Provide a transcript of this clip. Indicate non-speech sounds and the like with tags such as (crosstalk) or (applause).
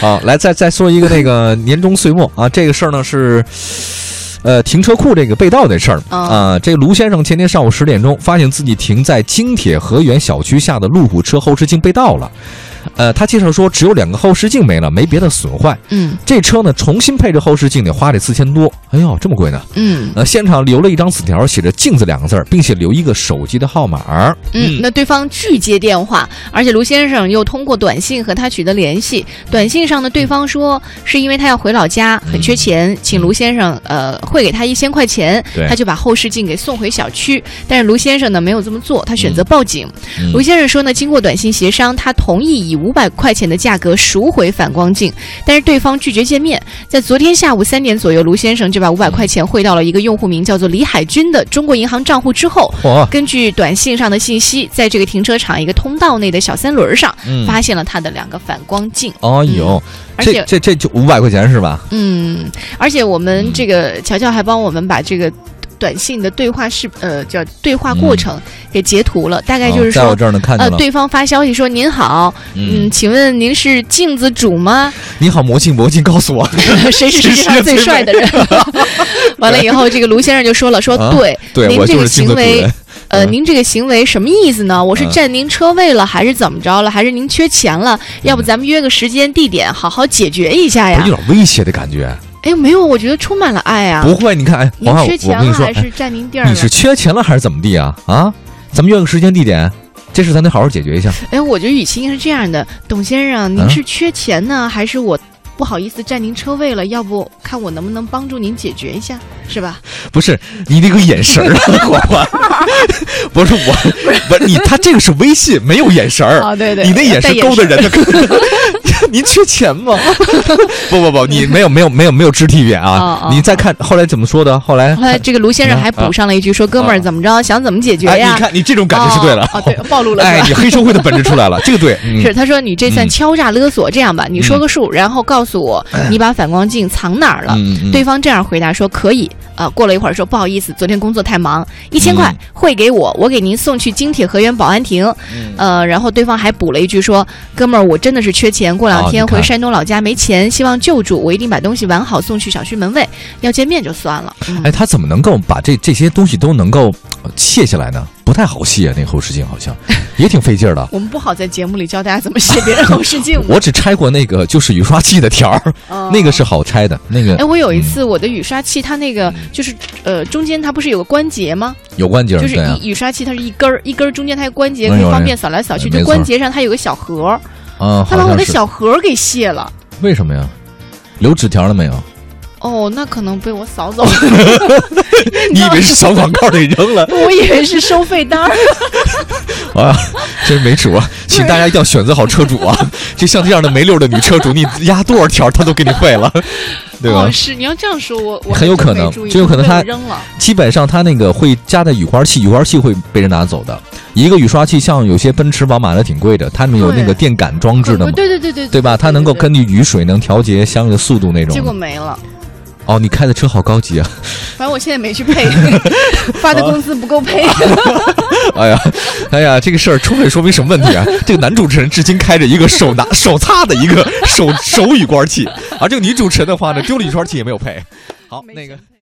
啊，来再再说一个那个年终岁末啊，这个事儿呢是。呃，停车库这个被盗这事儿哦啊、这卢先生前天上午十点钟发现自己停在京铁河源小区下的路虎车后视镜被盗了。呃，他介绍说只有两个后视镜没了，没别的损坏。嗯这车呢重新配置后视镜得花得四千多，哎呦，这么贵呢？嗯呃，现场留了一张纸条，写着“镜子”两个字儿，并且留一个手机的号码儿。嗯，那对方拒接电话，而且卢先生又通过短信和他取得联系。短信上呢，对方说是因为他要回老家，很缺钱，请卢先生呃汇给他一千块钱对，他就把后视镜给送回小区。但是卢先生呢没有这么做，他选择报警。嗯卢先生说呢，经过短信协商，他同意以五百块钱的价格赎回反光镜，但是对方拒绝见面。在昨天下午三点左右，卢先生就把五百块钱汇到了一个用户名叫做李海军的中国银行账户之后，嚯、根据短信上的信息，在这个停车场一个通道内的小三轮儿上，嗯，发现了他的两个反光镜。哎呦，而这且，这这就五百块钱是吧？嗯，而且我们这个乔乔还帮我们把这个短信的对话视呃叫对话过程给截图了，大概就是啊在我说。这儿能看见呃，了。对方发消息说：“您好，嗯，，请问您是镜子 (laughs) 主吗？你好，魔镜，魔镜，告诉我。谁是世界上最帅的人？” (laughs) 完了以后，这个卢先生就说了：“说啊对， (laughs) 对您我这就个是镜子行主为人。呃，嗯您这个行为什么意思呢？我是嗯占您车位了，还是怎么着了？还是您缺钱了？要不咱们约个时间地点，好好解决一下不哎呀是？有点威胁的感觉。哎，没有，我觉得充满了爱啊。不会，你看，哎，您黄浩，缺我钱跟你了说，还哎是占您地儿你了？是缺钱了还是怎么地啊？啊，咱们约个时间地点，这事咱得好好解决一下。哎，我觉得语气应该是这样的，董先生，您嗯是缺钱呢，还是我不好意思占您车位了？要不看我能不能帮助您解决一下，是吧？不是你那个眼神儿 (laughs) 啊，黄欢，不是我，不是你，他这个是微信，没有眼神儿。啊，对对，你那眼神带勾的人的， (laughs) 您缺钱 (laughs) 吗？不不不，你没有没有没有没有肢体语言哦啊！哦你再看后来怎么说的？后来后来呃这个卢先生还补上了一句说：“哥们儿，啊怎么着？想怎么解决哎，呀你？”看你这种感觉是对了哦，，哦对，暴露了，(laughs) 是哎吧？，你黑社会的本质出来了，这个对，嗯是，他说你这算嗯敲诈勒索，这样吧，你说嗯哎个数，然后告诉我你把反光镜藏哪儿了。嗯嗯啊对方这样回答说可以。呃，过了一会儿说不好意思，昨天工作太忙，一千块嗯汇给我，我给您送去京铁河源保安亭。嗯呃，然后对方还补了一句说：“哥们儿，我真的是缺钱，过哦两你天回看山东老家没钱，希望救助，我一定把东西完好送去小区门卫，要见面就算了。嗯哎，他怎么能够把这这些东西都能够呃卸下来呢？不太好卸，啊那个后视镜好 (laughs) 像也挺费劲儿的。。我们不好在节目里教大家怎么卸别人后视镜 (laughs) 我只拆过那个就是雨刷器的条儿，(laughs) 嗯那个是好拆的，那哎，个我有一次我的雨刷器，它那个就是呃中间它不是有个关节吗？有关节儿，就是对啊，一雨刷器，它是一根儿一根儿中间它有关节哎呦可以方哎便扫来扫去，哎就没关错节上它有个小盒儿，啊，它好把我像的是。小盒儿给卸了。为什么呀？留纸条了没 (laughs) 有？哦，那可能被我扫走了，？你以为是小广告给扔了 (laughs) 我以为是收费单儿。啊，真没主啊！请大家一定要选择好车主 (laughs) 啊！就像这样的没溜儿的女车主，你压多少条儿她都给你会了，对吧哦，？是你要这样说，我我很还有真可没能注意真有可能被我它扔了。基本上它那个会加在雨刮器，雨刮器会被人拿走的。一个雨刷器，像有些奔驰、宝马的挺贵的，它们有那个对电感装置的嘛，对对对对对吧？它能够对根据雨水能调节相应的速度那结果种。没了，哦，你开的车好高级啊！ (laughs) 反正我现在没去配，发的工资不够配。哎呀，哎呀，这个事儿充分说明什么问题啊？这个男主持人至今开着一个手拿 (laughs) 手擦的一啊 (laughs) 个手手雨刮器，而这个女主持人的话呢，丢了雨刷器也没有配。好，没那个钱。